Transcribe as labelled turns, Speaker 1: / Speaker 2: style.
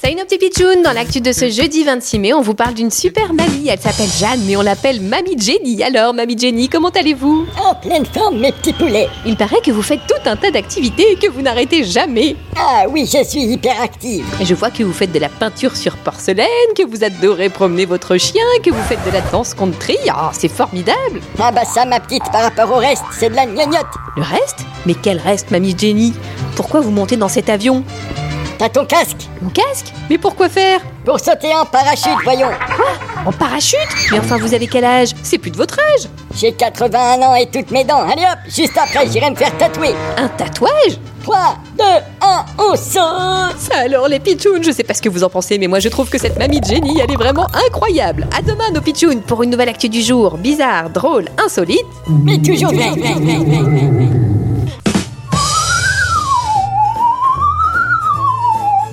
Speaker 1: Salut nos petits pitchouns Dans l'actu de ce jeudi 26 mai, on vous parle d'une super mamie. Elle s'appelle Jeanne, mais on l'appelle Mamie Jenny. Alors, Mamie Jenny, comment allez-vous
Speaker 2: En pleine forme, mes petits poulets.
Speaker 1: Il paraît que vous faites tout un tas d'activités et que vous n'arrêtez jamais.
Speaker 2: Ah oui, je suis hyper active.
Speaker 1: Et je vois que vous faites de la peinture sur porcelaine, que vous adorez promener votre chien, que vous faites de la danse country. Ah, c'est formidable
Speaker 2: Ah bah ça, ma petite, par rapport au reste, c'est de la gnognotte.
Speaker 1: Le reste Mais quel reste, Mamie Jenny Pourquoi vous montez dans cet avion
Speaker 2: T'as ton casque
Speaker 1: Mon casque Mais pourquoi faire
Speaker 2: pour sauter en parachute, voyons.
Speaker 1: En parachute Mais enfin, vous avez quel âge C'est plus de votre âge
Speaker 2: J'ai 81 ans et toutes mes dents. Allez hop, juste après, j'irai me faire tatouer.
Speaker 1: Un tatouage
Speaker 2: 3, 2, 1, on saute
Speaker 1: Ça alors, les pitchouns, je sais pas ce que vous en pensez, mais moi je trouve que cette mamie de génie, elle est vraiment incroyable À demain, nos pitchouns, pour une nouvelle actu du jour. Bizarre, drôle, insolite.
Speaker 2: Mais toujours vrai, vrai, vrai, vrai, vrai, vrai.